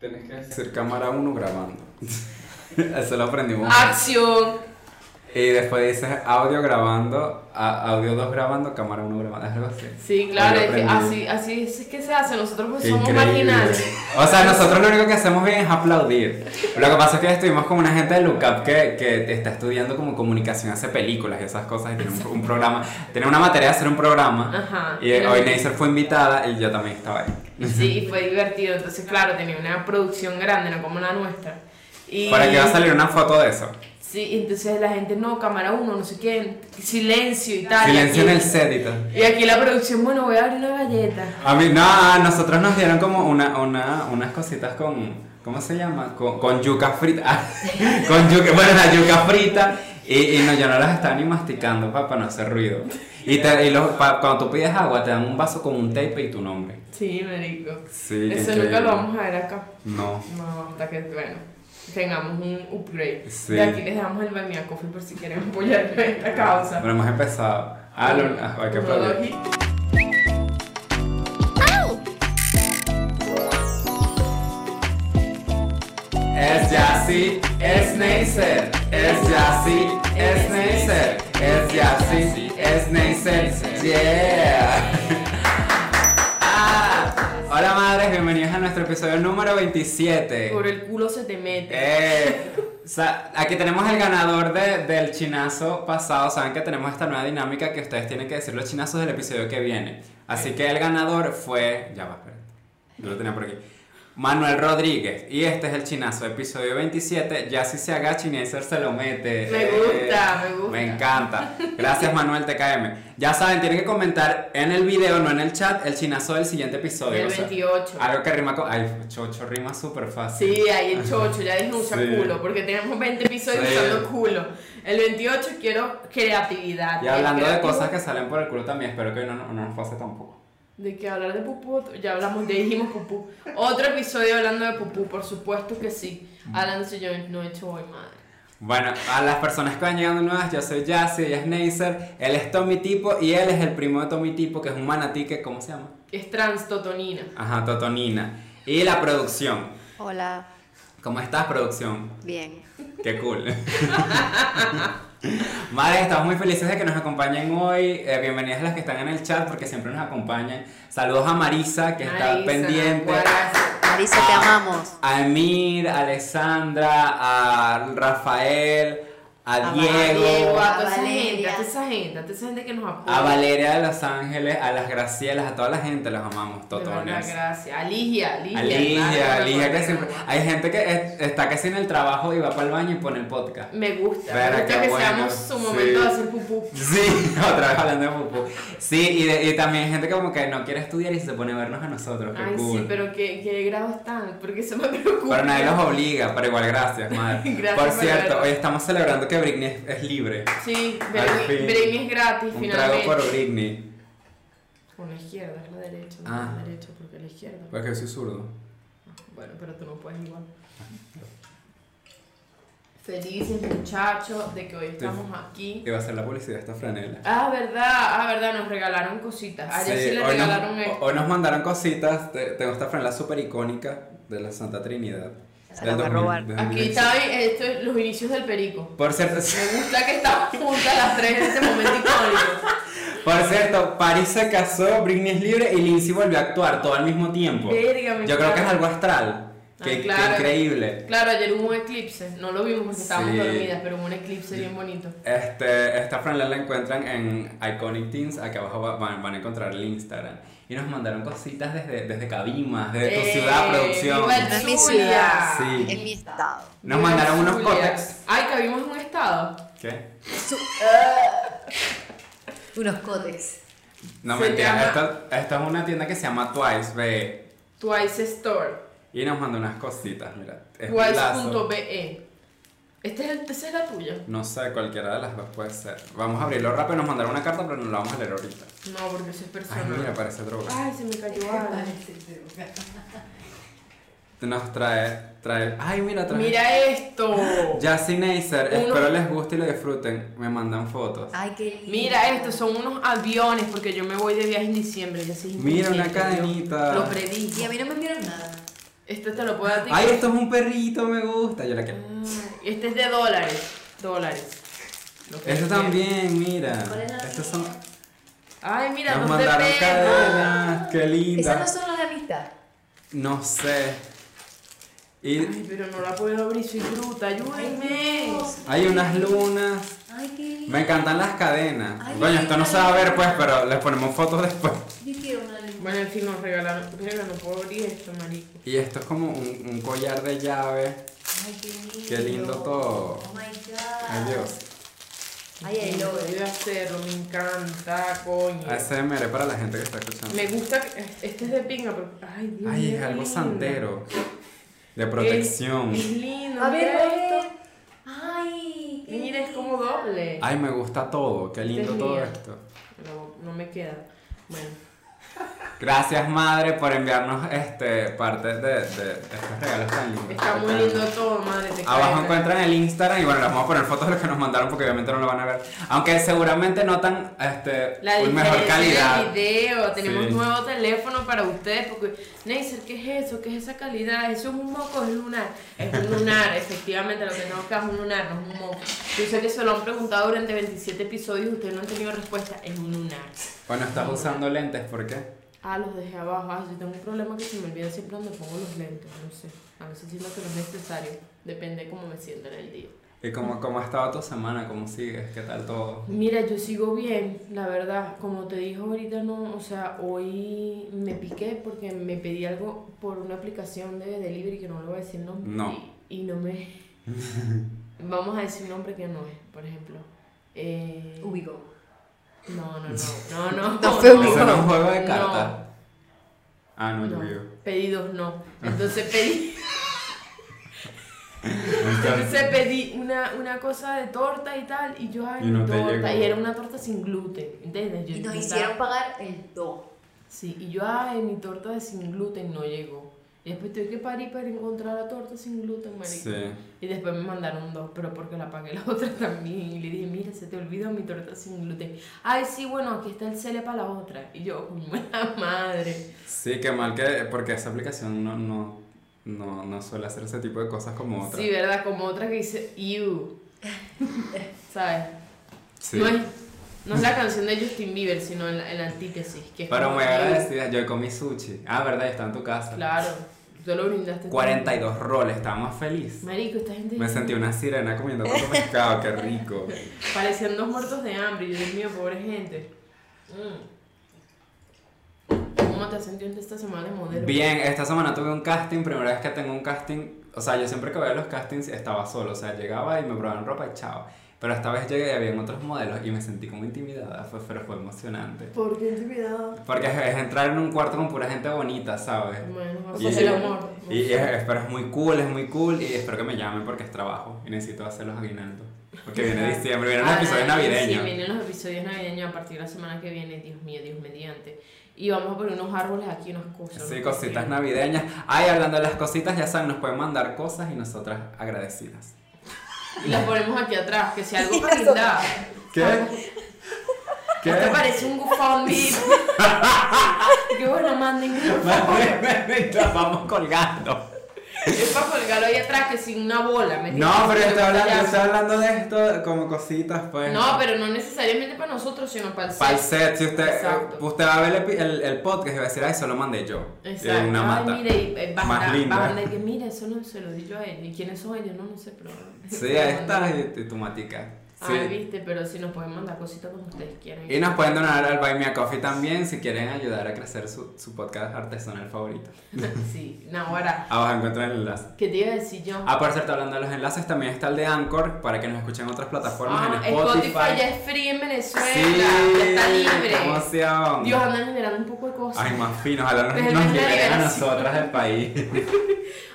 Tenés que hacer cámara 1 grabando. Eso lo aprendimos. Ah. Acción. Y después dices audio grabando, a- audio 2 grabando, cámara 1 grabando, es algo así. Sí, claro, Ahí es que aprendí. así, así es que se hace. Nosotros pues Qué somos marginales. O sea, nosotros lo único que hacemos bien es aplaudir. Lo que pasa es que estuvimos con una gente de Lucap que, que está estudiando como comunicación, hace películas y esas cosas, y tiene un, un programa, tiene una materia de hacer un programa. Ajá. Y eh, hoy Neisser fue invitada y yo también estaba ahí. Sí, y fue divertido. Entonces, claro, tenía una producción grande, no como la nuestra. Y ¿Para qué va a salir una foto de eso? Sí, y entonces la gente, no, cámara uno, no sé qué, silencio y tal. Silencio y en aquí, el set y tal. Y aquí la producción, bueno, voy a abrir una galleta. A mí, no, a nosotros nos dieron como una, una, unas cositas con, ¿cómo se llama? Con, con yuca frita. Ah, con yuca, bueno, la yuca frita. Y, y no, yo no las estaba ni masticando para, no hacer ruido. Y, te- y los- pa- cuando tú pides agua, te dan un vaso con un tape y tu nombre. Sí, marico. Sí, Eso increíble. nunca lo vamos a ver acá. No. No, hasta que, bueno, tengamos un upgrade. Sí. Y aquí les dejamos el Buy Me a Coffee por si quieren apoyar esta causa. Pero hemos empezado. Ah, lo, ah, hay que Uno, aplaudir. dos y- Es Yassi, es Neisser. Es Yassi, es Neisser. Es Yassi, es Neisser. Yeah. Ah, hola madres, bienvenidos a nuestro episodio número 27. Por el culo se te mete. Eh, o sea, aquí tenemos el ganador de- del chinazo pasado. Saben que tenemos esta nueva dinámica que ustedes tienen que decir los chinazos del episodio que viene. Así que el ganador fue. Ya va, espérate. Yo lo tenía por aquí. Manuel Rodríguez. Y este es el chinazo, episodio 27. Ya si se agacha y Neisser se lo mete. Eh, Me gusta, me gusta. Me encanta. Gracias, Manuel TKM. Ya saben, tienen que comentar en el video, no en el chat, el chinazo del siguiente episodio. Del o sea, 28. algo que rima con. Ay, chocho, rima súper fácil. Sí, ahí el chocho, ya dije usa Sí. culo, porque tenemos 20 episodios Sí. usando culo. El 28 quiero creatividad. Y hablando de cosas que salen por el culo también, espero que no, no, no nos pase tampoco. De que hablar de pupú, ya hablamos, ya dijimos pupú. Otro episodio hablando de pupú, por supuesto que sí. Mm. Hablando si yo no he hecho hoy, madre. Bueno, a las personas que van llegando nuevas, yo soy Jassy, ella es Neisser, él es Tommy Tipo y él es el primo de Tommy Tipo, que es un manatí que, ¿cómo se llama? Es transtotonina. Ajá, Totonina. Y la producción. Hola, ¿Cómo estás, producción? bien. Qué cool. Madre, estamos muy felices de que nos acompañen hoy. Eh, bienvenidas las que están en el chat porque siempre nos acompañan. Saludos a Marisa, que está Marisa, pendiente. guaras. Marisa, te amamos. a Emir, a Alessandra, a Rafael, a, A Diego, Diego, A a toda esa gente, Valeria. a toda esa gente, a toda esa gente que nos apoya. a Valeria de Los Ángeles, a las Gracielas, a toda la gente, los amamos, De verdad, totones. gracias. A Ligia, Ligia. A claro, Ligia, no me Ligia que acuerdo. siempre... Hay gente que es- está casi en el trabajo y va para el baño y pone el podcast. Me gusta. Verá, me gusta qué que bueno, seamos su sí. momento de hacer pupú. Sí, otra vez hablando de pupú. Sí, y, de- y también hay gente que como que no quiere estudiar y se pone a vernos a nosotros, qué Ay, cool. sí, pero ¿qué, qué grado están? Porque eso me preocupa. Pero nadie los obliga, pero igual gracias, madre. Gracias, Por cierto, Margarita. hoy estamos celebrando que Britney es- es libre. Sí, Al fin. Britney Britney es gratis, Un trago finalmente. por Britney. Con la izquierda, es la derecha, no Ah. la derecha, porque la izquierda. Ah, Porque soy zurdo. Bueno, pero tú no puedes igual. Felices muchachos de que hoy estamos aquí. Iba a hacer la publicidad de esta franela. Ah, verdad, ah, verdad, nos regalaron cositas. Ayer Ah, sí, Sí, le hoy nos- regalaron esto. Hoy nos mandaron cositas. Te- Tengo esta franela súper icónica de la Santa Trinidad. Se Del la voy a 2000, robar. del Aquí 2016. está eh, esto es los inicios del perico. Por cierto, sí, Me gusta que estamos juntas las tres en ese momento icónico. por cierto, Paris se casó, Britney es libre y Lindsay volvió a actuar todo al mismo tiempo. Verga, me Yo creo que es encanta. algo astral. Qué, Ay, qué claro. increíble. Claro, ayer hubo un eclipse, no lo vimos porque estábamos Sí. dormidas, pero hubo un eclipse bien bonito. Este, esta franela la encuentran en Iconic Teens. Aquí abajo va- van, van a encontrar el Instagram. Y nos mandaron cositas desde, desde Cabimas, desde tu Eh, ciudad, producción. viva el No es mi Zulia. ciudad. Sí. En mi estado. Nos Viva el mandaron unos Zulia. cótex. Ay, que vimos en un estado. ¿Qué? Unos códex. No, Se mentira, llama- esto, esto es una tienda que se llama Twice, ve. Twice Store. Y nos mandó unas cositas, mira. es un lazo. Twice.be. Este es el, esa es la tuya. No sé, cualquiera de las dos puede ser. Vamos a abrirlo rápido, nos mandaron una carta, pero no la vamos a leer ahorita. No, porque eso es Ay, mira, personal. parece droga. Ay, se me cayó algo. Nos trae, trae... Ay, mira, trae... Mira esto. Jassy Neisser, Uno- Ah, espero les guste y lo disfruten. Me mandan fotos. Ay, qué lindo. Mira esto, son unos aviones porque yo me voy de viaje en diciembre. Ya soy Mira, una inteligente, yo cadenita. Lo predije. Y a mí no me enviaron nada. Este te lo puedo dar a ti. Ay, esto es un perrito, me gusta. Yo la quiero. Ah, Este es de dólares. Dólares. Lo que Esto es. Este también, mira. ¿Cuál es la Estos mía? son. Ay, mira, Nos no te mandaron ven. cadenas. Qué Esas no linda. son las de amistad. No sé. Y Ay, pero no la puedo abrir, soy bruta, ayúdenme. hay unas lunas. Ay, qué lindo. Me encantan las cadenas. Ay, Coño, mira. esto no se va a ver, pues, pero les ponemos fotos después. Yo quiero una luna. Bueno, en fin, nos regalaron. Verga, no puedo abrir esto, marico. Y esto es como un, un collar de llave. Ay, qué lindo. Qué lindo todo. Oh my god. Adiós. Ay, I No love voy it. a hacerlo, me encanta, coño. ASMR para la gente que está escuchando. Ah. Me gusta. que- Este es de pinga, pero. Ay, Dios Ay, mío, es algo lindo. sandero. De protección. Es lindo, A ver, mira a esto. ver. Ay. qué Mira, es como linda. doble. Ay, me gusta todo. Qué lindo es todo mío. esto. No, no me queda. Bueno, Gracias, madre, por enviarnos este, partes de, de estos regalos tan lindos. está muy lindo todo, madre. Te Abajo cae, encuentran el Instagram y bueno, les vamos a poner fotos de los que nos mandaron porque obviamente no lo van a ver. Aunque seguramente notan este, La un mejor diferencia calidad. del video, tenemos Sí. nuevo teléfono para ustedes porque Neisser, ¿qué es eso? ¿Qué es esa calidad? Eso es un moco, es lunar. Es un lunar, efectivamente, lo que tenemos acá es un lunar, no es un moco. Yo sé que se lo han preguntado durante 27 episodios y ustedes no han tenido respuesta, es un lunar. Bueno, estás usando lentes, ¿por qué? Ah, los dejé abajo. Ah, yo tengo un problema que se me olvida siempre donde pongo los lentes, no sé. A veces siento que no es necesario, depende cómo me sienta en el día. ¿Y cómo, cómo ha estado tu semana? ¿Cómo sigues? ¿Qué tal todo? Mira, yo sigo bien, la verdad. Como te dijo ahorita, no, o sea, hoy me piqué porque me pedí algo por una aplicación de delivery que no le voy a decir nombre. No. Y, y no me. Vamos a decir nombre que no es, por ejemplo. Eh, Ubico. No, no, no. No, no. No fue ¿Eso no, Ubico. no es un juego de No. cartas? Ah, no, no, yo vivo. Pedidos no. Entonces pedí. Entonces pedí una, una cosa de torta y tal, y yo, ay, Y no te torta, llegó. y era una torta sin gluten, ¿entiendes? Yo- Y nos yo estaba- hicieron pagar el do. Sí, y yo, ay, mi torta de sin gluten no llegó. Y después tuve que parir para encontrar la torta sin gluten, marico. Sí. Y después me mandaron dos, pero porque la pagué la otra también. Y le dije, mira, se te olvidó mi torta sin gluten. Ay, sí, bueno, aquí está el cele para la otra. Y yo, buena madre. Sí, qué mal que. Porque esa aplicación no, no, no, no suele hacer ese tipo de cosas como otra. Sí, ¿verdad? Como otra que dice, you. ¿Sabes? Sí. No, es, no es la canción de Justin Bieber, sino el, el antítesis. Que es Pero como, muy "Ew". agradecida. Yo comí sushi. Ah, verdad, está en tu casa. Claro, tú lo brindaste. 42 roles, estaba más feliz. Marico, esta gente Me sentí una sirena comiendo tanto pescado, qué rico. parecían dos muertos de hambre. y Yo, Dios mío, pobre gente. Mm. ¿Cómo te has sentido ante esta semana de modelo? Bien, esta semana tuve un casting, primera vez que tengo un casting. O sea, yo siempre que veía los castings estaba solo, o sea, llegaba y me probaban ropa y chao. Pero esta vez llegué y habían otros modelos y me sentí como intimidada, fue, pero fue emocionante. ¿Por qué intimidado? Porque es, es entrar en un cuarto con pura gente bonita, ¿sabes? Bueno, o Y- sea, es el amor. Y es, es- pero es muy cool, es muy cool y espero que me llamen porque es trabajo y necesito hacer los aguinaldos. Porque viene diciembre, vienen los Ah, episodios Sí, navideños. vienen los episodios navideños a partir de la semana que viene, Dios mío, Dios mediante. Y vamos a poner unos árboles aquí, unas cosas. Sí, ¿no? cositas Porque- navideñas. Ay, hablando de las cositas, ya saben, nos pueden mandar cosas y nosotras agradecidas. Y las ponemos aquí atrás, que sea algo Y para las otras. guindar. ¿Qué? ¿Qué? ¿Te parece un GoFundMe? Qué bueno, manden un Nos vamos colgando. Es para colgarlo ahí atrás, que sin una bola. ¿me No, entiendes? pero yo estoy hablando, Ya. yo estoy hablando de esto como cositas, pues. No, pero no necesariamente para nosotros, sino para el Para el set. set, si usted, Exacto. usted va a ver el, epi- el- el podcast y va a decir, ay, solo mandé yo. Exacto. En una Ay, mata. mire, y, eh, Más basta, linda. basta de que mira, eso no se lo di yo a él. ¿Y quiénes son ellos? No, no sé, pero. Sí, ahí está, y, y tu matica. Sí. Ay, viste, pero si nos pueden mandar cositas como ustedes quieran. Y nos pueden donar al Buy Me a Coffee también si quieren ayudar a crecer su, su podcast artesanal favorito. sí, Nahuara. Abajo encuentran el enlace. ¿Qué te iba a decir yo? Ah, por cierto, hablando de los enlaces, también está el de Anchor para que nos escuchen en otras plataformas, Ah, en Spotify. ya es free en Venezuela. Sí, ya está libre. qué emoción. Dios, andan liberando un poco de cosas. Ay, más fino, ojalá Desde nos, el nos mes de liberen a liberación. nosotras del país.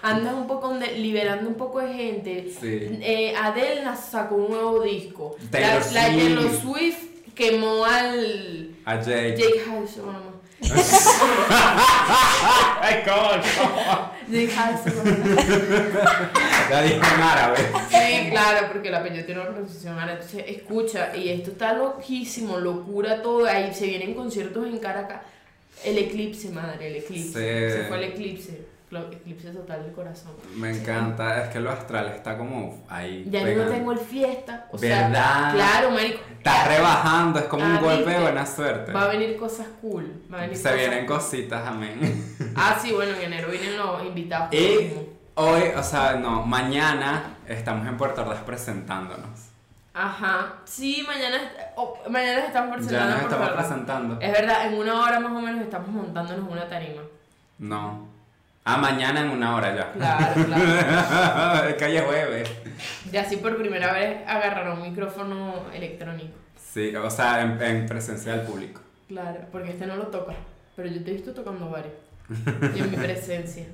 Andan un poco de- liberando un poco de gente. Sí. Eh, Adele nas- sacó un nuevo disco. La, Taylor la Swift. Eh. Taylor Swift quemó al A Jake. Jake Harrison, mamá. Ay, coño. Jake Harrison. mamá. La dije en árabe. Sí, claro, porque la apellido tiene una pronunciación árabe. Entonces, escucha, y esto está loquísimo, locura todo. Ahí se vienen conciertos en Caracas. El eclipse, madre, el eclipse. Sí. Se fue el eclipse. clo- eclipse total del corazón. Me encanta, es que lo astral está como ahí. Ya yo no pegando. tengo el fiesta. O ¿Verdad? sea, claro, marico. Está rebajando, es como un Ah, golpe de ¿viste? buena suerte. Va a venir cosas cool. Va a venir Eh. Se cosas- vienen cositas, amén. Ah, sí, bueno, en enero vienen los invitados. Y hoy, o sea, no, mañana estamos en Puerto Ordaz presentándonos. Ajá. Sí, mañana, oh, mañana estamos ya presentando. nos por Eh. estamos favor. presentando. Es verdad, en una hora más o menos estamos montándonos una tarima. No. Ah, mañana en una hora ya. Claro, claro. es que hoy es jueves. Y así por primera vez agarraron un micrófono electrónico. Sí, o sea, en, en presencia del público. Claro, porque este no lo toca. Pero yo te he visto tocando varios. Y en mi presencia.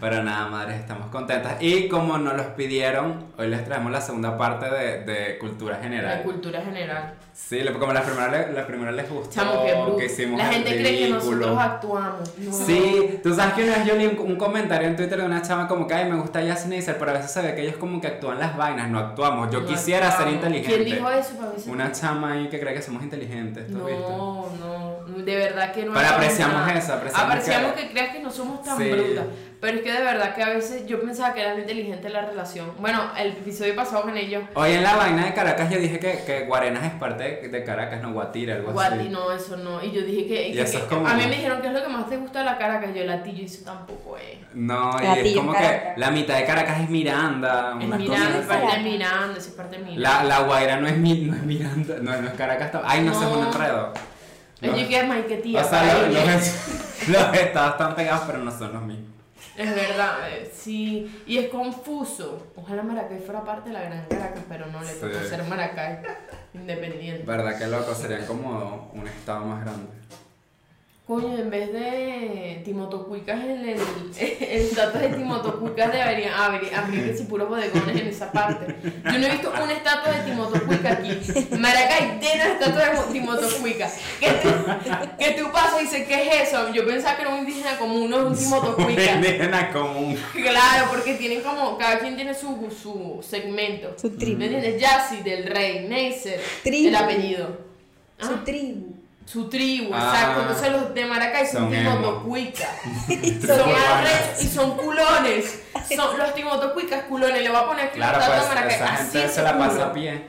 Pero nada, madres, estamos contentas. Y como nos los pidieron, hoy les traemos la segunda parte de, de Cultura La General. cultura general. Sí, le- como la primera, le- la primera les gustó Chamo, qué bruto. Oh, que hicimos La el gente cree que ridículo. nosotros actuamos. No. Sí, tú sabes que una vez yo leí un, un comentario en Twitter de una chama como que, ay, me gusta Jasmine Isel, pero a veces se ve que ellos como que actúan las vainas, no actuamos. Yo No quisiera ser actuamos. inteligente. ¿Quién dijo eso para mí? se- Una chama ahí que cree que somos inteligentes, ¿tú has visto? No, no, de verdad que no. Pero hacemos apreciamos nada. eso, apreciamos que... creas que no somos tan Sí. brutas. Pero es que de verdad que a veces yo pensaba que era lo inteligente la relación. Bueno, el episodio pasado con ellos, Hoy en la vaina de Caracas yo dije que, que Guarenas es parte de, de Caracas, no Guatira, algo Guati, así. no, eso no. Y yo dije que. Y que- eso es que- como- A mí me dijeron que es lo que más te gusta de la Caracas. Yo, latillo, eso tampoco eh. es. No, y es Gatillo en como que Caracas. la mitad de Caracas es Miranda, Es unas Miranda, cosas es así. parte de Caracas. Miranda, eso es parte de Miranda. La, la Guaira no es, mi- no es Miranda, no, no es Caracas. tam- Ay, no, sé, es un No. enredo. Yo Los- dije que es maiquetía. o sea, para los, los, ella. los estados están pegados, pero no son los mismos. Es verdad, eh, sí. Y es confuso. Ojalá Maracay fuera parte de la Gran Caracas, pero no le Sí. tocó ser Maracay. Independiente. Verdad que loco, serían como un estado más grande. Coño, en vez de Timotocuicas, el, el, el estatua de Timotocuicas debería abrir, abrir que si puros bodegones en esa parte. Yo no he visto una estatua de Timotocuica aquí. Maracay llena de estatuas de Timotocuica. Que tú, que tú pasas y dices, ¿qué es eso? Yo pensaba que era un indígena común, no es un Timotocuica. Indígena común. Claro, porque tienen como, cada quien tiene su, su segmento. Su tribu. ¿Me entiendes? Yassi, del rey, Neisser, Tribu. el apellido. Ah, Su tribu. su tribu, Ah. exacto. Entonces los de Maracay Son son emo. timotocuicas. Son Son arres urbanas. y son culones. Son los timotocuicas culones. Le voy a poner aquí Claro, un dato de pues Maracay. esa Así gente se la culo. pasa a pie. En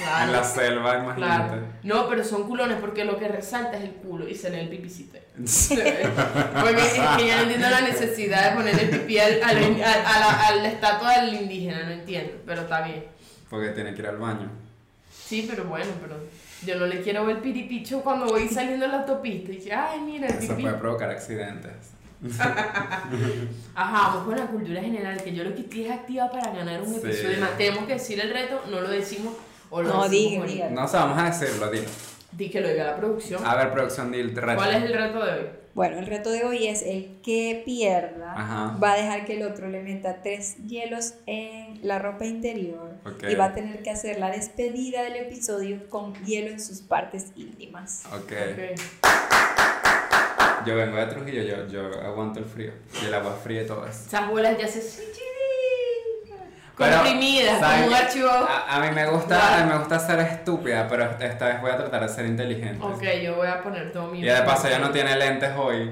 Claro, la selva, imagínate. claro. No, pero son culones porque lo que resalta es el culo y se lee el pipicito. Porque es que ya no entiendo la necesidad de poner el pipí al, al- al- a, la, a la estatua del indígena, no entiendo, pero está bien. Porque tiene que ir al baño. Sí, pero bueno, pero yo no le quiero ver piripicho cuando voy saliendo a la autopista y que, ay, mira, el Eso pipí. puede provocar accidentes. Ajá, vamos con la cultura general, que yo lo que estoy es activa para ganar un Sí. episodio más. Tenemos que decir el reto, no lo decimos o lo No, decimos diga, ahorita. diga. No, o sea, vamos a decirlo, dilo. Di que lo diga la producción. A ver, producción del reto. ¿Cuál es el reto de hoy? Bueno, el reto de hoy es el que pierda Ajá. va a dejar que el otro le meta tres hielos en la ropa interior Ok. y va a tener que hacer la despedida del episodio con hielo en sus partes íntimas. Ok. Ok. Yo vengo de Trujillo, yo, yo aguanto el frío. Y el agua fría y todo eso. Esas bolas ya se... Pero, Comprimidas, ¿saben como un qué? Ah, archivo... A, a mí me gusta, me gusta ser estúpida, pero esta vez voy a tratar de ser inteligente. Ok, yo voy a poner todo mi. Y de paso ya no tiene lentes hoy.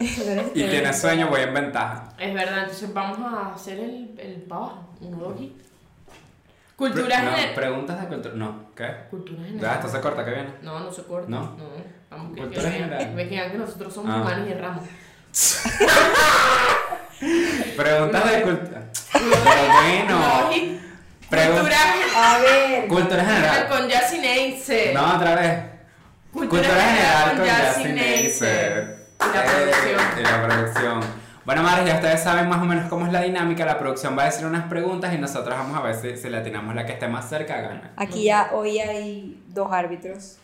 Y tiene sueño, voy en ventaja. Es verdad, entonces vamos a hacer el, el pavo, un doji. Cultura Pre- no, general. preguntas de cultura. No, ¿qué? Cultura general. Ya, esto se corta, que viene. No, no se corta. ¿No? vamos que Cultura que- general. que vean que nosotros somos Ah. humanos y erramos. Preguntas No. de cultura. Pero bueno. Doji, Preguntas. Cultura A ver, Cultura general general. con Yassi Neisser. Ah. No, otra vez. Cultura general con Justin Neisser. Y la producción. Eh, y la producción. Bueno, Mares, ya ustedes saben más o menos cómo es la dinámica. La producción va a decir unas preguntas y nosotros vamos a ver si, si le atinamos la que esté más cerca gana. aquí ya hoy hay dos árbitros,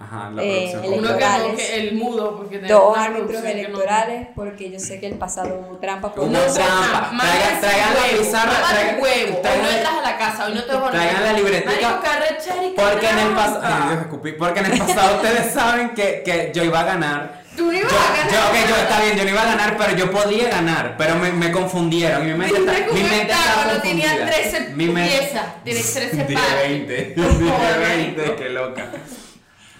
Ajá, la Eh, producción. el- Uno que no, Electorales. que el mudo, porque tenemos dos una árbitros producción que no- electorales, porque yo sé que el pasado hubo trampa por Hubo no No, sé. trampa. mamá, Traigan- traigan traigan la huevo, pizarra, mamá, traigan- huevo. Hoy traigan- no entras a la casa, hoy no te vas a traigan la libretica. Marico, carrechera y Porque en el pasado. caramba. Porque en el pasado ustedes saben que, que yo iba a ganar. Tú Yo, ibas a ganar. yo, ok, yo está bien, yo no iba a ganar, pero yo podía ganar. Pero me, me confundieron. Mi mente está. Mi mente está cuando confundida. tenía 13 Mi mente- piezas, tienes 13 Dije pares. 20. Joder, Dije 20, marico. qué loca.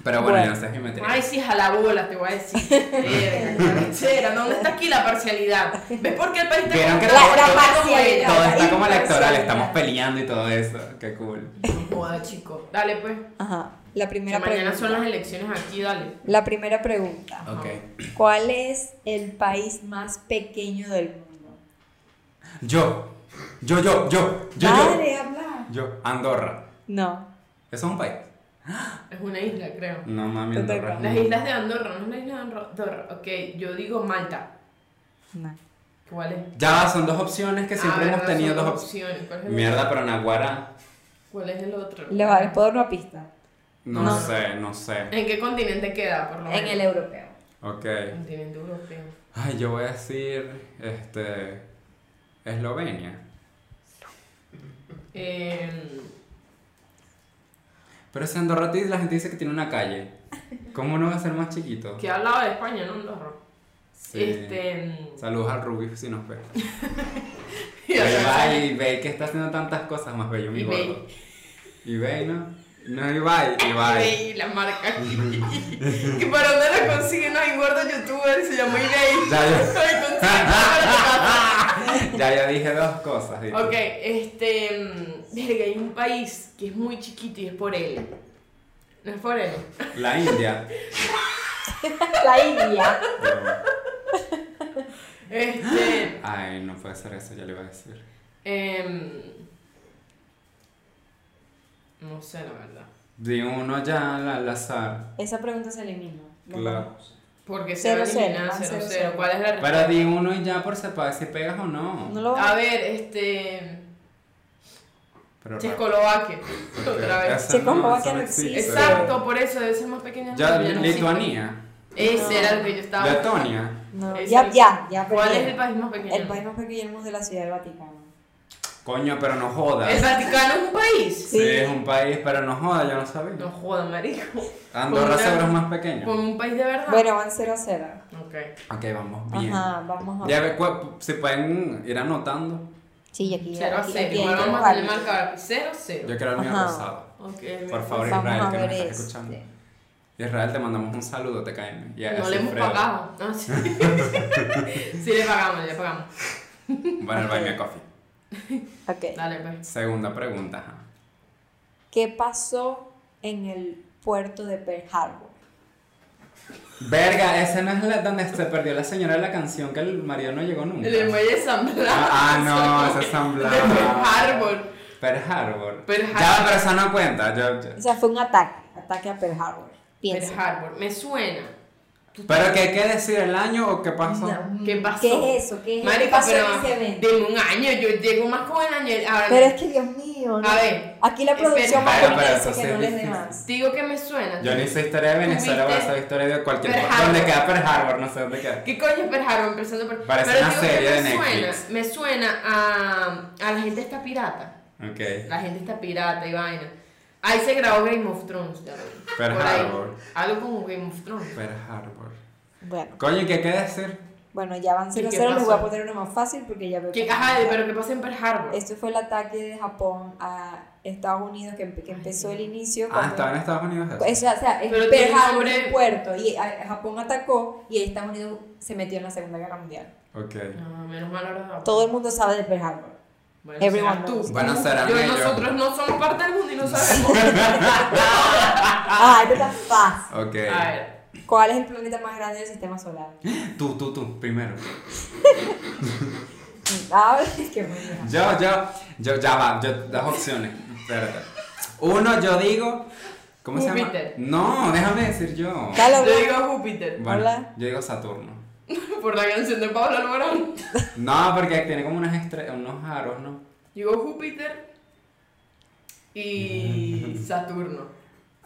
Pero bueno, Bueno. no sé si me tiene- Ay, sí, jalabolas, te voy a decir. Verga, Chera, ¿dónde está aquí la parcialidad? ¿Ves por qué el país está Vieron que La, la todo- parcialidad. Todo la está como electoral, imparcialidad. estamos peleando y todo eso. Qué cool. No Joda, chico. Dale, pues. que Ajá. La primera mañana son pregunta. las elecciones aquí, dale. La primera pregunta. Ok. ¿Cuál es el país más pequeño del mundo? Yo, yo, yo, yo, yo, yo. Dale, habla. Yo, Andorra. No. ¿Eso es un país? Es una isla, creo. No mami, Te toca. Andorra. es Las un- islas de Andorra, no es la isla de Andorra. Ok, yo digo Malta. No. ¿Cuál es? Ya va, son dos opciones que siempre Ah, hemos verdad, tenido son dos opciones. opciones. ¿Cuál es, el Mierda, pero Naguara. otro? ¿Cuál es el otro? Le va a dar una pista. No, No. sé, no sé. ¿En qué continente queda, por lo menos? En el europeo. Ok. continente europeo. Ay, yo voy a decir. Este. Eslovenia. Eh, Pero si Andorra ti- la gente dice que tiene una calle. ¿Cómo no va a ser más chiquito? que hablaba de España, ¿no? Andorra. Sí. Este. Saludos al Rubí si nos ve. y Pero Ibai, Ibai que está haciendo tantas cosas más bello, mi Ibai. gordo. Ibai, ¿no? No, Ibai, Ibai. Ibai, la marca. que para dónde la consiguen, hay gordo youtuber, se llama Ibai. Ya Ay, yo, consigue- ya yo dije dos cosas. ¿viste? ok, este. mm, Verga, hay un país que es muy chiquito y es por él. No es por él. La India. La India. Este. Ay, no puede ser eso, ya le iba a decir. em, no sé, la verdad. Di uno ya al, al azar. Esa pregunta se elimina. No. Claro. Porque Cero, ah, se va a eliminar cero, 0 cero, 0 cero. ¿Cuál es la Pero di uno y ya por sepa si pegas o no. No lo A ver, este. Pero Checoslovaquia. raro. Otra vez. Eso no, Checoslovaquia eso no existe. Exacto, por eso debe ser más pequeña. Ya, no, no Lituania. existe. Ese era el que yo estaba. Letonia. No. Ese Ya, es- ya, ya. ¿Cuál perdí. es el país más pequeño? El país más pequeño es de la ciudad del Vaticano. Coño, pero no jodas. ¿El Vaticano es un país? Sí, es un país, pero no joda, yo no sabía. No joda, marico. Andorra Con seguro una- es más pequeño. Con un país de verdad. Bueno, van 0 a 0. Ok. Ok, vamos bien. Ajá, vamos a Ya ver. ve, cu- se pueden ir anotando. Sí, aquí. 0 a aquí- 0. aquí hay Igual que vamos a jugar. tener marcador. 0 a 0. Yo quiero el mío Ajá. rosado. Ok. el Por mío. favor, Vamos Israel, a que nos ver estás este. escuchando. Israel, te mandamos un saludo, te caen. Y a No le hemos Alfredo. pagado. Ah, sí. sí, le pagamos, le pagamos. Bueno, el Buy Me a Coffee. Ok. Dale, pues. Segunda pregunta. ajá. ¿Qué pasó en el puerto de Pearl Harbor? Verga, ese no es la- donde se perdió la señora de la canción que el marido no llegó nunca. El muelle de San Blas. Ah, ah, no, ese es San Blas. De Pearl Harbor. Pearl Harbor. Pearl Ya, Harbor. pero esa no cuenta. yo- yo- O sea, fue un ataque. Ataque a Pearl Harbor. Piensa. Pearl Harbor. Me suena. Tú- Pero que hay que decir el año o qué pasó. No. ¿Qué pasó? Mm, ¿Qué es eso? ¿Qué es eso? ¿Qué Marico, pasó pero en ese evento? dime un año, yo llego más con el año. Ahora Pero es que, Dios mío. ¿no? A ver, Aquí la producción espera. Pero, masculina pero eso dice que sí no es les dé difícil. más. digo que me suena. Yo no hice historia de Venezuela, voy a ¿Tuviste? hacer historia de cualquier Pearl cosa. ¿Dónde Harbor. queda Pearl Harbor? No sé dónde queda. ¿Qué coño es Pearl Harbor? Empezando por. Parece pero una digo que serie me de suena, Netflix. Me suena a, a la gente está pirata. Ok. La gente está pirata y vaina. Ahí se grabó Game of Thrones. Ya ven. Pearl Por ahí. Harbor. Algo como Game of Thrones. Pearl Harbor. Bueno, Coño, ¿y ¿qué hay que decir? bueno, ya van 0 a qué 0. Les voy a pasó? poner uno más fácil porque ya veo ¿Qué- que- ajá, pero ¿qué pasa en Pearl Harbor? Esto fue el ataque de Japón a Estados Unidos que, empe- que empezó el inicio. Ah, cuando- estaba en Estados Unidos. eso. O sea, o sea, es Pero Pearl tiene Harbor nombre- es un puerto y a- Japón atacó y Estados Unidos se metió en la Segunda Guerra Mundial. Ok. No, menos mal ahora. Todo el mundo sabe de Pearl Harbor. Bueno, everyone serás tú. knows. Bueno, serán Yo y ellos. nosotros no somos parte del mundo y no sabemos. Ah, esto está fácil. Ok. A ver. ¿Cuál es el planeta más grande del sistema solar? Tú, tú, tú, primero. Ah, es que muy bien. Yo, yo, yo, ya va, yo, dos opciones. Espérate. Uno, yo digo. ¿Cómo Júpiter. se llama? No, déjame decir yo. Dale, Yo habla. digo Júpiter. Bueno, Hola. yo digo Saturno. Por la canción de Pablo Alborán. No, porque tiene como unas estre- unos aros, ¿no? Digo Júpiter y Saturno.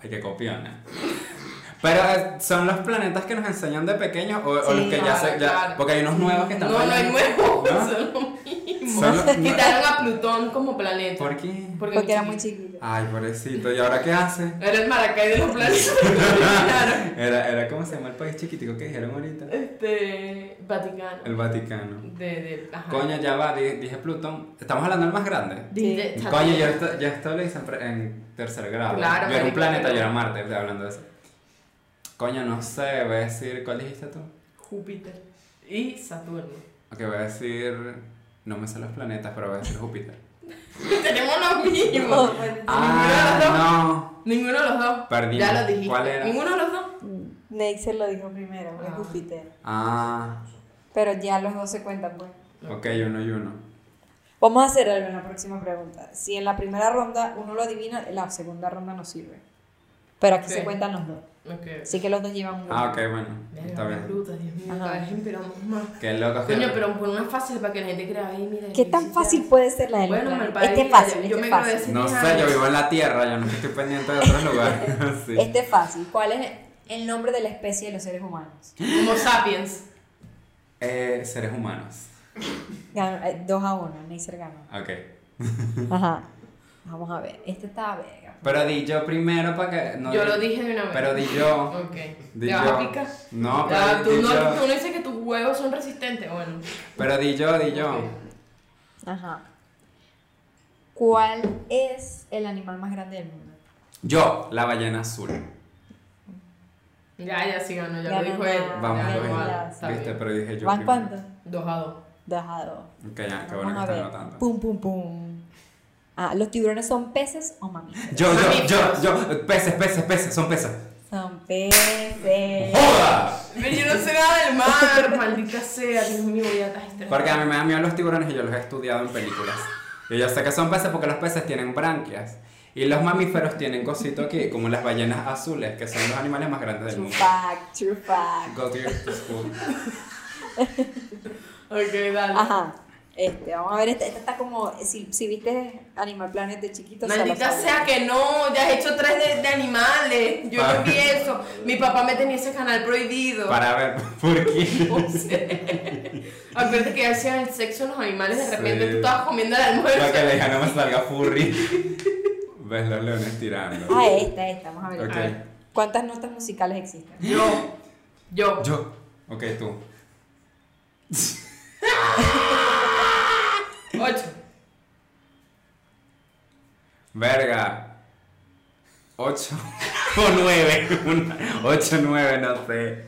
Hay que copiar. Pero eh, son los planetas que nos enseñan de pequeños o, o Sí, los que ya claro, se. ya- claro. Porque hay unos nuevos que No, están. no hay saliendo. nuevos, ¿No? son lo mismo. Son los nue- Quitaron a Plutón como planeta. ¿Por qué? Porque era muy chiquito. Ay, pobrecito, ¿y ahora qué hace? Era el Maracay de los planetas. que lo eliminaron. Era, era como se llama el país chiquitico que dijeron ahorita. este. Vaticano. El Vaticano. De, de, ajá. Coño, ya va, di- dije Plutón. Estamos hablando del más grande. Dije Saturno. Coño, yo esto, yo esto lo hice en, pre- en tercer grado. Claro, yo era un marico, planeta, pero- yo era Marte, estoy hablando de eso. Coño, no sé, voy a decir, ¿cuál dijiste tú? Júpiter y Saturno. Ok, voy a decir, no me sé los planetas, pero voy a decir Júpiter. Tenemos los mismos. ah, Ninguno de los dos. no, perdí. Ya lo dijiste. ¿Cuál era? Ninguno de los dos. Neisser Mm, lo dijo primero, es Ah. Júpiter. Ah, Pero ya los dos se cuentan, pues. ok, uno y uno. Vamos a hacer algo en la próxima pregunta. Si en la primera ronda uno lo adivina, la segunda ronda no sirve. Pero aquí Ok. se cuentan los dos. Ok. Así que los dos llevan uno. Ah, ok, bueno, está Verga, bien. bruta, Dios mío, Ajá. cada vez inspiramos más. Qué loco. que- Coño, pero por una fácil para que la gente crea ahí, mira. ¿Qué yo tan sí fácil ya- puede ser la del Bueno, plan? me parece Este que es fácil, ya- yo este me creo es fácil. ese- No sé, yo vivo en la Tierra, yo no estoy pendiente de otros lugares. Sí. Este es fácil. ¿Cuál es el nombre de la especie de los seres humanos? Homo sapiens. Eh, seres humanos. Ganó, eh, dos a uno, Neisser ganó. Ok. Ajá. Vamos a ver. Este está verga. Pero di yo primero para que. No yo di- lo dije de una vez. Pero di yo. Ok. Di ¿Te vas a yo. picar? No, pero, Ah, tú, di no, yo. tú no dices que tus huevos son resistentes. Bueno, pero di yo, di yo. Ok. Ajá. ¿Cuál es el animal más grande del mundo? Yo, la ballena azul. ya, ya sí ganó, ya, Ya lo dijo ganó. él. Vamos, ya, lo ya, igual, ya, está Viste, bien. pero dije yo. ¿Van primero. cuánto? Dos a dos. Dos a dos. Ok, ya, qué bueno Vamos que a están ver. notando. Pum, pum, pum. Ah, ¿los tiburones son peces o mamíferos? Yo, yo, yo, Mamíferos. yo. Peces, peces, peces, son peces. Son peces. ¡Joda! Pero yo no sé nada del mar, maldita sea, Dios mío, ya estás estresada. Porque a mí me dan miedo los tiburones y yo los he estudiado en películas. Y yo sé que son peces porque los peces tienen branquias. Y los mamíferos tienen cosito aquí, como las ballenas azules, que son los animales más grandes del True mundo. fact, true fact. Go to your school. Ok, dale. Ajá. Este, vamos a ver, esta, esta está como, si, si viste Animal Planet de chiquito, se lo Maldita sabes. sea que no, ya has hecho tres de, de animales. Yo Para- no vi eso. Mi papá me tenía ese canal prohibido. Para ver por qué. O sea, Acuérdate que hacían el sexo en los animales, de repente Sí. tú estabas comiendo el almuerzo. Para que la hija no me salga furry. Ves los leones tirando. Ah, esta, esta, vamos a ver. Ok. ¿Cuántas notas musicales existen? Yo, yo, Yo. Ok, tú. ocho. Verga. 8 o 9. 8 o 9, no sé.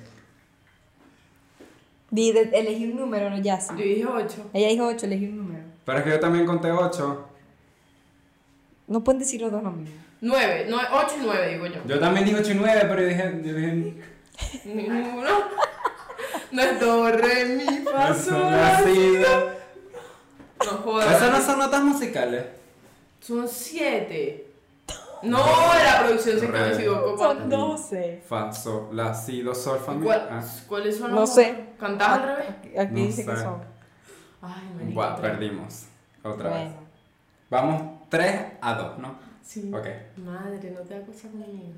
Di- de- Elegí un número, no ya Yo dije ocho. Ella dijo 8, elegí un número. Pero es que yo también conté 8. No pueden decir los dos lo mismo. Nueve, nue- ocho y nueve digo yo. Yo también dije 8 y 9, pero yo dije. Yo dije Ninguno. No es do, re, mi, fa, no sol. son así. No Esas no jodas. son notas musicales. Son siete. No, la producción se Re. equivocó. Son ¿cuántas? 12. Fa, sol, la, si, do, sol, fa, mi. ¿Cuál- Ah. ¿Cuáles son No los- sé. Ah. ¿Cantabas al revés? Aquí No dice sé. que son. Ay, marica. Buah, otra vez. perdimos. Otra vez. Bueno. Vamos 3 a 2, ¿no? Sí. Ok. Madre, no te da cosa conmigo.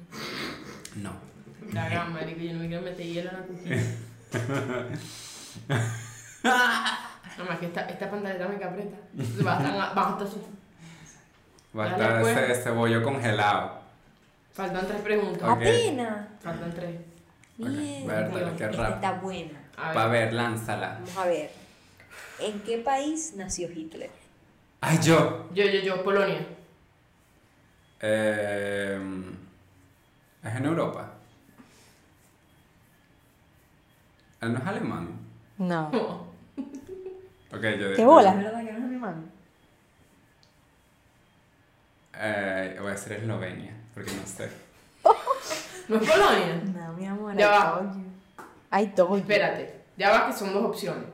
No. La gran marica, yo no me quiero meter hielo en la cocina. Nada más que esta, esta pantaleta me capreta. Va a estar, va a estar su- Va a Dale, estar pues. ese ese bollo congelado. Faltan tres preguntas. Ok. Apenas. Faltan tres. Ok, Bien. Bertale, Dios, qué Esta rápido. está buena. A ver. Va a ver, lánzala. Vamos a ver. ¿En qué país nació Hitler? Ay, yo. Yo, yo, yo, Polonia. Eh, es en Europa. Él no es alemán. No. No. Ok, yo ¿Qué yo- bolas, verdad? Que no es alemán. Eh, voy a decir Eslovenia, porque no sé. ¿No es Polonia? No, mi amor. Ya I va. told you. I told you. Espérate. Ya va que son dos opciones.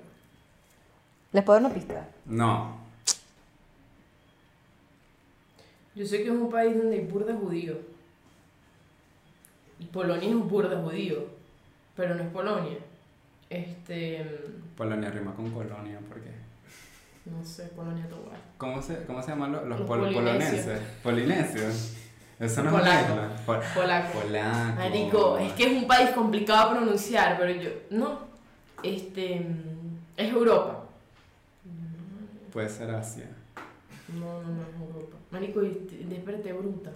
¿Les puedo dar una pista? No. Yo sé que es un país donde hay burda judío. Y Polonia es un burda judío. Pero no es Polonia. Este. Polonia rima con Colonia, porque. No sé, Polonia Tobar. ¿Cómo se, cómo se llaman los, los Los pol- polinesios. polonenses? Polinesios. Eso no es una Polaco. isla. Pol- Polaco. Polaco. Marico, es que es un país complicado de pronunciar, pero yo. No. Este. mm, Es Europa. Puede ser Asia. No, no, no es Europa. Marico, despérate, bruta.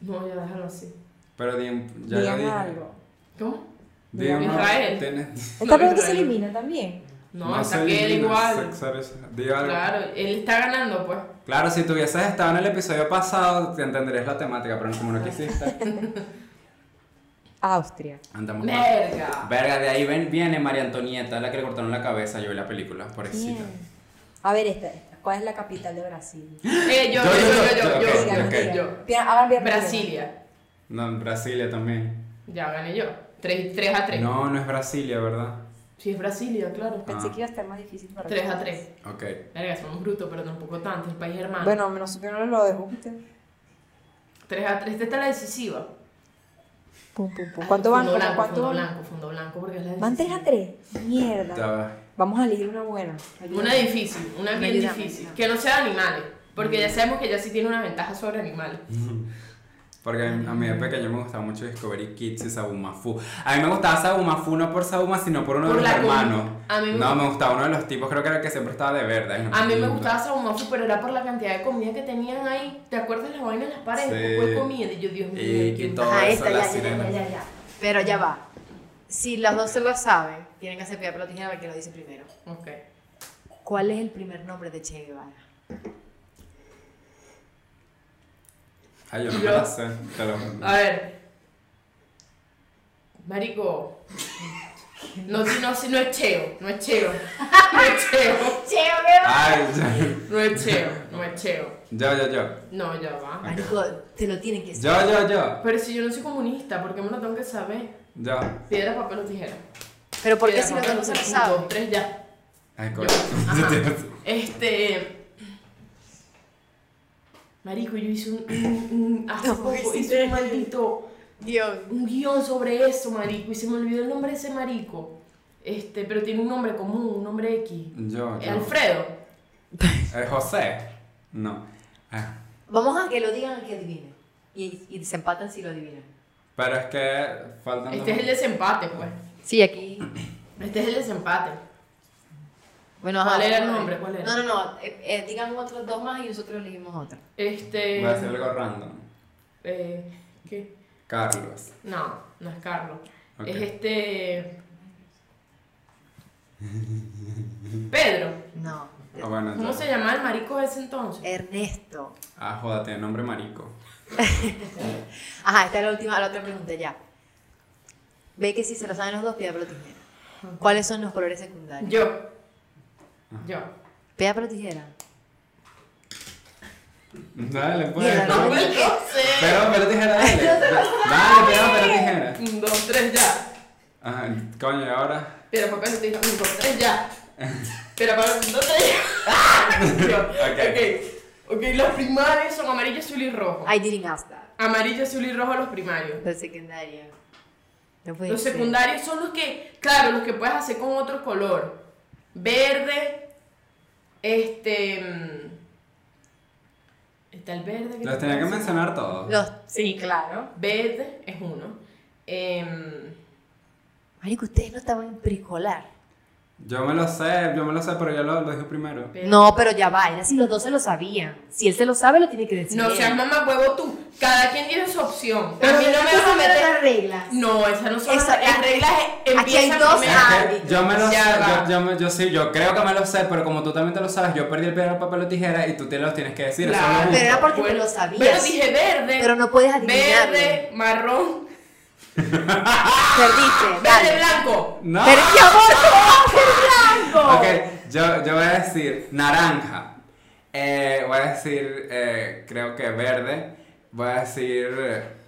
No, ya déjalo así. Pero di un- ya lo Digan dije. algo. ¿Cómo? Di Digan uno- Israel. tienes- Esta No, pregunta Israel. se elimina también. No, se está que él elimina, igual. se- se- se- di algo. Claro, él está ganando, pues. Claro, si tuvieses estado en el episodio pasado, te entenderías la temática, pero no, como no quisiste. Austria. Andamos mal. Verga. Verga, de ahí ven, viene María Antonieta, la que le cortaron la cabeza, yo vi la película, pobrecita. A ver, esta, esta. ¿Cuál es la capital de Brasil? Eh, yo, Yo, yo, yo, yo, yo, yo, ok, yo, Diga, ok. diga. Yo. Bien, ahora bien, bien. Brasilia. No, en Brasilia también. Ya gané yo. 3, a 3. No, no es Brasilia, ¿verdad? Sí, es Brasilia, claro. Pensé Ah. que iba a estar más difícil para 3 a todos. 3. Ok. Verga, somos brutos, pero tampoco tanto. El país hermano. Bueno, menos supieron lo de Júpiter. 3 a 3. Esta está la decisiva. Pum, pum, pum. ¿Cuánto van? Fondo blanco, ¿Cuánto fondo van? blanco, fondo blanco, porque es la Van 3 decisiva. a 3. Ya Mierda. va. Vamos a elegir una buena. Ayúdame. Una difícil, una bien Ayúdame, difícil. ayúdame. Que no sea de animales. Porque ya sabemos que ya sí tiene una ventaja sobre animales. Porque a mí Ah. de pequeño me gustaba mucho Discovery Kids y Sabumafu. A mí me gustaba Sabumafu no por Sabuma, sino por uno Por de los la com- hermanos. a mí me- No, me gustaba uno de los tipos, creo que era el que siempre estaba de verde. ay, no Mm, A mí me acuerdo. gustaba Sabumafu, pero era por la cantidad de comida que tenían ahí. ¿Te acuerdas las vainas en las paredes? Sí. Poco de comida. Y yo, Dios mío. Y- qué y todo Ajá, eso, esta, la ya, ya, sirena. ya, ya, ya. Pero ya va. Si las dos se lo saben, tienen que hacer piedra, papel o tijera a ver quién lo dice primero. mal. Ok. ¿Cuál es el primer nombre de Che Guevara? Ay, yo no me Yo- la sé, te lo juro. A ver. Marico. No, si- no, si- no es cheo, no es cheo. No es cheo. ¡Che Guevara! Ay, No es cheo, no es cheo. yo, yo, yo, yo. No, ya va. Marico, te lo tienen que Yo, yo, yo. Pero si yo no soy comunista, ¿por qué me lo tengo que saber? Yo. Piedra, papel o tijera. Pero ¿por qué Piedra, si los papel, dos no se lo tijera. Un, saben? Dos, tres, ya. Ay, Yo. coño. Ajá. Este. Marico, yo hice un. un, un- hace No, poco hiciste hice un eso. maldito. Dios. un guión sobre eso, marico, y se me olvidó el nombre de ese marico. Este, pero tiene un nombre común, un nombre X. Yo, Eh, yo. Alfredo. Eh, José. No. Ah, Vamos a que lo digan a que adivinen. Y, y desempatan si lo adivinan. Pero es que faltan Este es el desempate, pues. Sí, aquí. Este es el desempate. Bueno, ajá. ¿Cuál era el nombre? ¿Cuál era? No, no, no. eh, eh, digan otros dos más y nosotros elegimos otra. Este. Voy a hacer algo random. eh, ¿Qué? Carlos. No, no es Carlos. Ok. Es este. Pedro. No. Ah, bueno, ¿Cómo yo. se llamaba el marico ese Eh, entonces? Ernesto. Ah, jódate, nombre marico. Ajá, esta es la última, la otra pregunta ya. Ve que si se lo saben los dos, piedra, papel o tijera. ¿Cuáles son los colores secundarios? Yo. Ah. Yo. Piedra, papel o tijera. Dale, pues. Mierda, no Pero, me Marico, sé. pero tijera, dale. Dale, pero, pero tijera. Un, dos, tres, ya. Ajá, coño, ¿y ahora? Pero papá no te dijo, un, dos, tres, ya. Pero papá no te dijo. ok. Ok, los primarios son amarillo, azul y rojo. I didn't ask that. Amarillo, azul y rojo los primarios. Los secundarios. No puede Los ser. secundarios son los que, claro, los que puedes hacer con otro color. Verde, este... mm, Está el verde. Los tenía que te puedo decir. mencionar todos. Los, sí, claro. Verde es uno. Em, Marico, ustedes no estaban en preescolar. Yo me lo sé, yo me lo sé, pero yo lo, lo dije primero. verde. No, pero ya va, era si los dos se lo sabían. Si él se lo sabe, lo tiene que decir. No él. seas mamá huevo tú. Cada quien tiene su opción. Pero a mí no me vas a meter. reglas. No, esas no son las, Eso, las eh, reglas. Empiezan aquí hay dos Es primero. áreas. que yo me lo sé, Ya va. yo, yo, me- yo sí, yo creo que me lo sé, pero como tú también te lo sabes, yo perdí el piedra, papel o tijera y tú te los tienes que decir. eso es lo Claro, justo. Pero era porque Bueno, te lo sabías. Pero dije verde. Pero no puedes adivinarlo. Verde, marrón, Perdiste, verde, dale. blanco. No. Perdí, amor, blanco. Ok, yo, yo voy a decir naranja. Eh, voy a decir, eh, creo que verde. Voy a decir.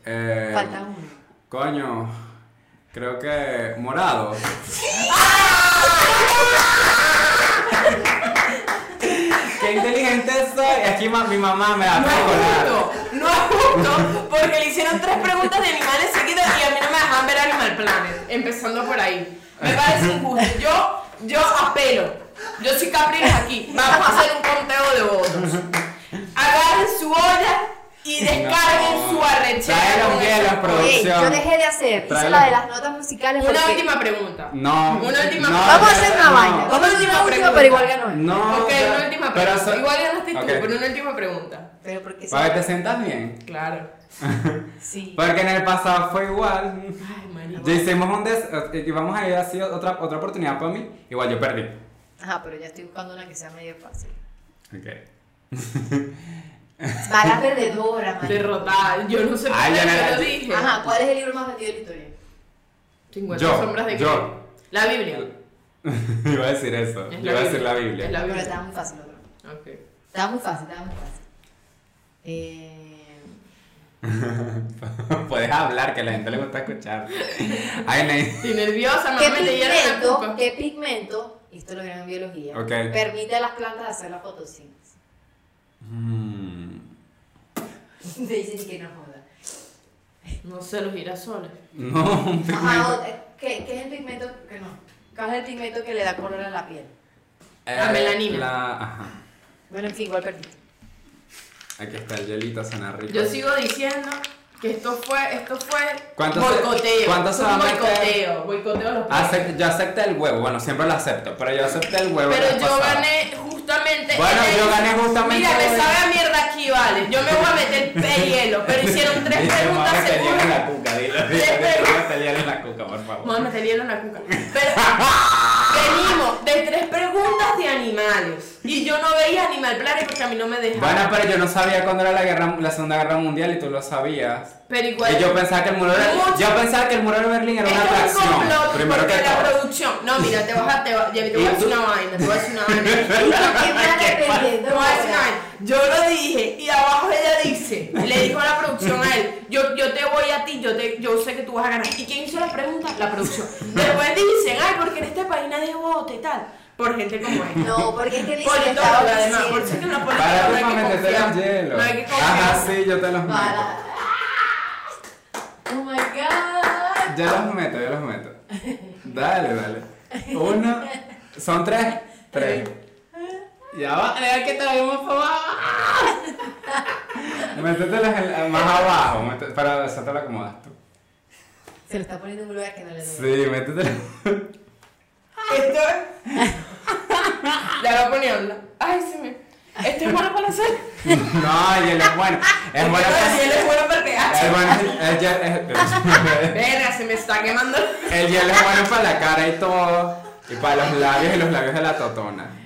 Eh, Falta uno. Coño, creo que morado. ¡Qué inteligente soy! Aquí ma- mi mamá me da No es chocolate. justo, no es justo, porque le hicieron tres preguntas de animales seguidas y a mí no me dejan ver Animal Planet, empezando por ahí. Me parece injusto. Yo, yo apelo, yo soy Capriles aquí, vamos a hacer un conteo de votos. Agarren su olla y descarguen No. su arrechera. Trae los con esa hielos, olla. producción. Ey, yo dejé de hacer. Hice Tráela. la de las notas musicales. Una porque- última pregunta. No. Una última no, pregunta. Vamos a hacer una no. vaina. Vamos a hacer Última una última, pregunta. pero igual ganó. él. No. ok, ya. una última Pero pregunta. eso- Igual ganaste Ok. tú, pero una última pregunta. Pero porque sí. Para que te sientas bien. Claro. sí. Porque en el pasado fue igual. Ay, marico. Ya hicimos un des... Y vamos a ir así otra, otra oportunidad para mí. Igual yo perdí. Ajá, pero ya estoy buscando una que sea medio fácil. Ok. Mala perdedora, marico. Derrotada. Yo no sé por Ay, qué ya, ya, yo ya. lo dije. Ajá, ¿cuál es el libro más vendido de la historia? 50 Yo, sombras de yo. Grey. La Biblia. Iba a decir eso. Es Yo iba a decir la Biblia. Es la Pero Biblia. estaba muy fácil otro. Ok. Estaba muy fácil, estaba muy fácil. Eh, Puedes hablar, que a la gente le gusta escuchar. Ay, Ney. Estoy nerviosa, ¿Qué mamá, me leyeron la pigmento, culpa. ¿Qué pigmento? Esto lo vieron en biología. Ok. Permite a las plantas hacer la fotosíntesis. Mm, Me dicen que no joda. No sé, los girasoles. No, un pigmento. Ajá, o- eh, ¿qué, ¿Qué es el pigmento que no? ¿Cuál es el pigmento que le da color a la piel? la Eh, melanina. la- ajá. Bueno, en fin, igual perdí. Aquí está el hielito, suena rico. Yo sigo diciendo que esto fue, esto fue ¿Cuánto se- boicoteo. cuánto Esto se fue va a meter? boicoteo, boicoteo los Acep- yo acepté el huevo, bueno, siempre lo acepto, pero yo acepté el huevo. la Pero vez yo pasada. gané justamente. Bueno, en el- yo gané justamente Mira, me hoy. sabe a mierda aquí, vale. Yo me voy a meter el hielo, pero hicieron tres Dice, preguntas "Mamá, te hielo en seguras. la cuca, dilo, dilo, Tres dilo, preguntas. te hielo en la cuca, por favor. Vamos a meter hielo en la cuca. Pero venimos de tres preguntas de animales. Y yo no veía Animal Planet porque a mí no me dejaba. Bueno, pero yo no sabía cuándo era la, guerra, la Segunda Guerra Mundial y tú lo sabías. Pero igual. Y yo pensaba que el muro de, Mucho. yo pensaba que el muro de Berlín era una Esto es un atracción. complot primero porque que la todo. producción. No, mira, te vas a. Te, va- ya te voy a Y decir tú- una vaina. Te voy a decir una vaina. ¿Y por qué me Qué arrepentí? No, es nada. Yo lo dije y abajo ella dice, le dijo a la producción a él, yo, yo te voy a ti, yo te, yo sé que tú vas a ganar. ¿Y quién hizo la pregunta? La producción. Después dicen, ay, porque en este país nadie vota y tal. Por gente como él. No, porque es que dice que estaba Politóloga además, por eso es que diciendo- una Para politóloga ti, no hay mami, que te confiar. el hielo. No hay que confiar. Ajá, sí, yo te los meto. Para- Oh my god. Yo los meto, yo los meto. Dale, dale. Uno, son tres, tres. Ya va, vea que te lo vimos por abajo. Métetelas en la- más abajo, mete- para eso te lo acomodas tú. Se lo está poniendo en un lugar que no le duele. Sí, métetela. Esto es. Ya lo poniendo. Ay, se me. Esto es bueno para hacer. No, el hielo es bueno. Es bueno El para... hielo es bueno para el pH. Es bueno, el hielo es- Verga, se me está quemando. el hielo es bueno para la cara y todo. Y para los labios y los labios de la totona. Ay.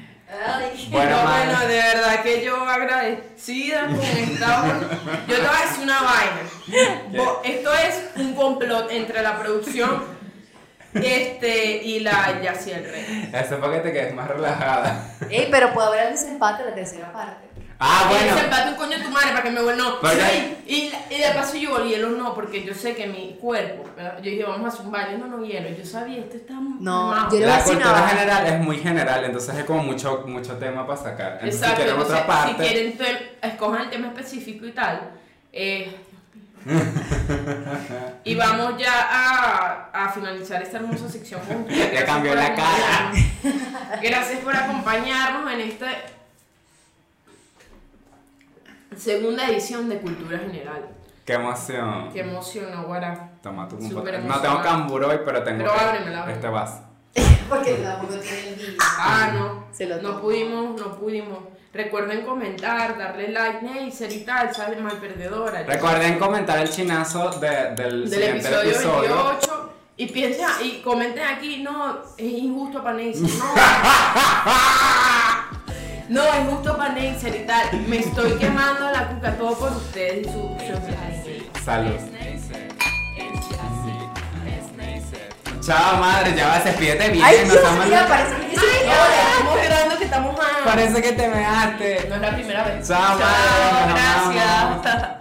Bueno, no, madre. bueno, de verdad que yo agradecida con esta vaina. Yo te voy a decir una vaina. Bo- Esto es un complot entre la producción este, y la Yaciel Rey. Eso es para que te quedes más relajada. Ey, pero puede haber el desempate en la tercera parte. Ah, Y bueno. se empate un coño de tu madre para que me vuelva. No, Porque- sí, y, la- y de paso yo el hielo no, porque yo sé que mi cuerpo. ¿verdad? Yo dije, vamos a hacer un baile, no, no hielo. Yo sabía, esto está. No, armado. yo- La Pero si no- cultura general es muy general, entonces es como mucho, mucho tema para sacar. Entonces, Exacto, si quieren entonces, otra parte, si quieren, te- escojan el tema específico y tal. Eh, y vamos ya a, a finalizar esta hermosa sección. con ustedes. Le cambió Gracias la por cara. acompañarnos. Gracias por acompañarnos en esta segunda edición de Cultura General. qué emoción. Qué emoción, Guara. Toma tu Súper computadora. No emocionada. tengo cambur hoy, pero tengo Pero ábremela, ábremela. este vas. Porque tampoco tiene el vídeo. Ah, no. Se lo no tomo. pudimos, no pudimos. Recuerden comentar, darle like, Neisser y tal, sale mal perdedora. Recuerden comentar el chinazo de- del, del siguiente episodio, episodio. 28 y piensen y comenten aquí, no, es injusto para Neisser, no. No, es injusto para Neisser y tal. Me estoy quemando la cuca todo por ustedes y su, su cariño. Salud. Chao, madre, ya vas, despídete bien. Ay, nos Dios amas- mío, parece que yo soy No, estamos grabando que estamos a... Parece que te measte. No es la primera vez. Chao, madre, nos amamos. gracias.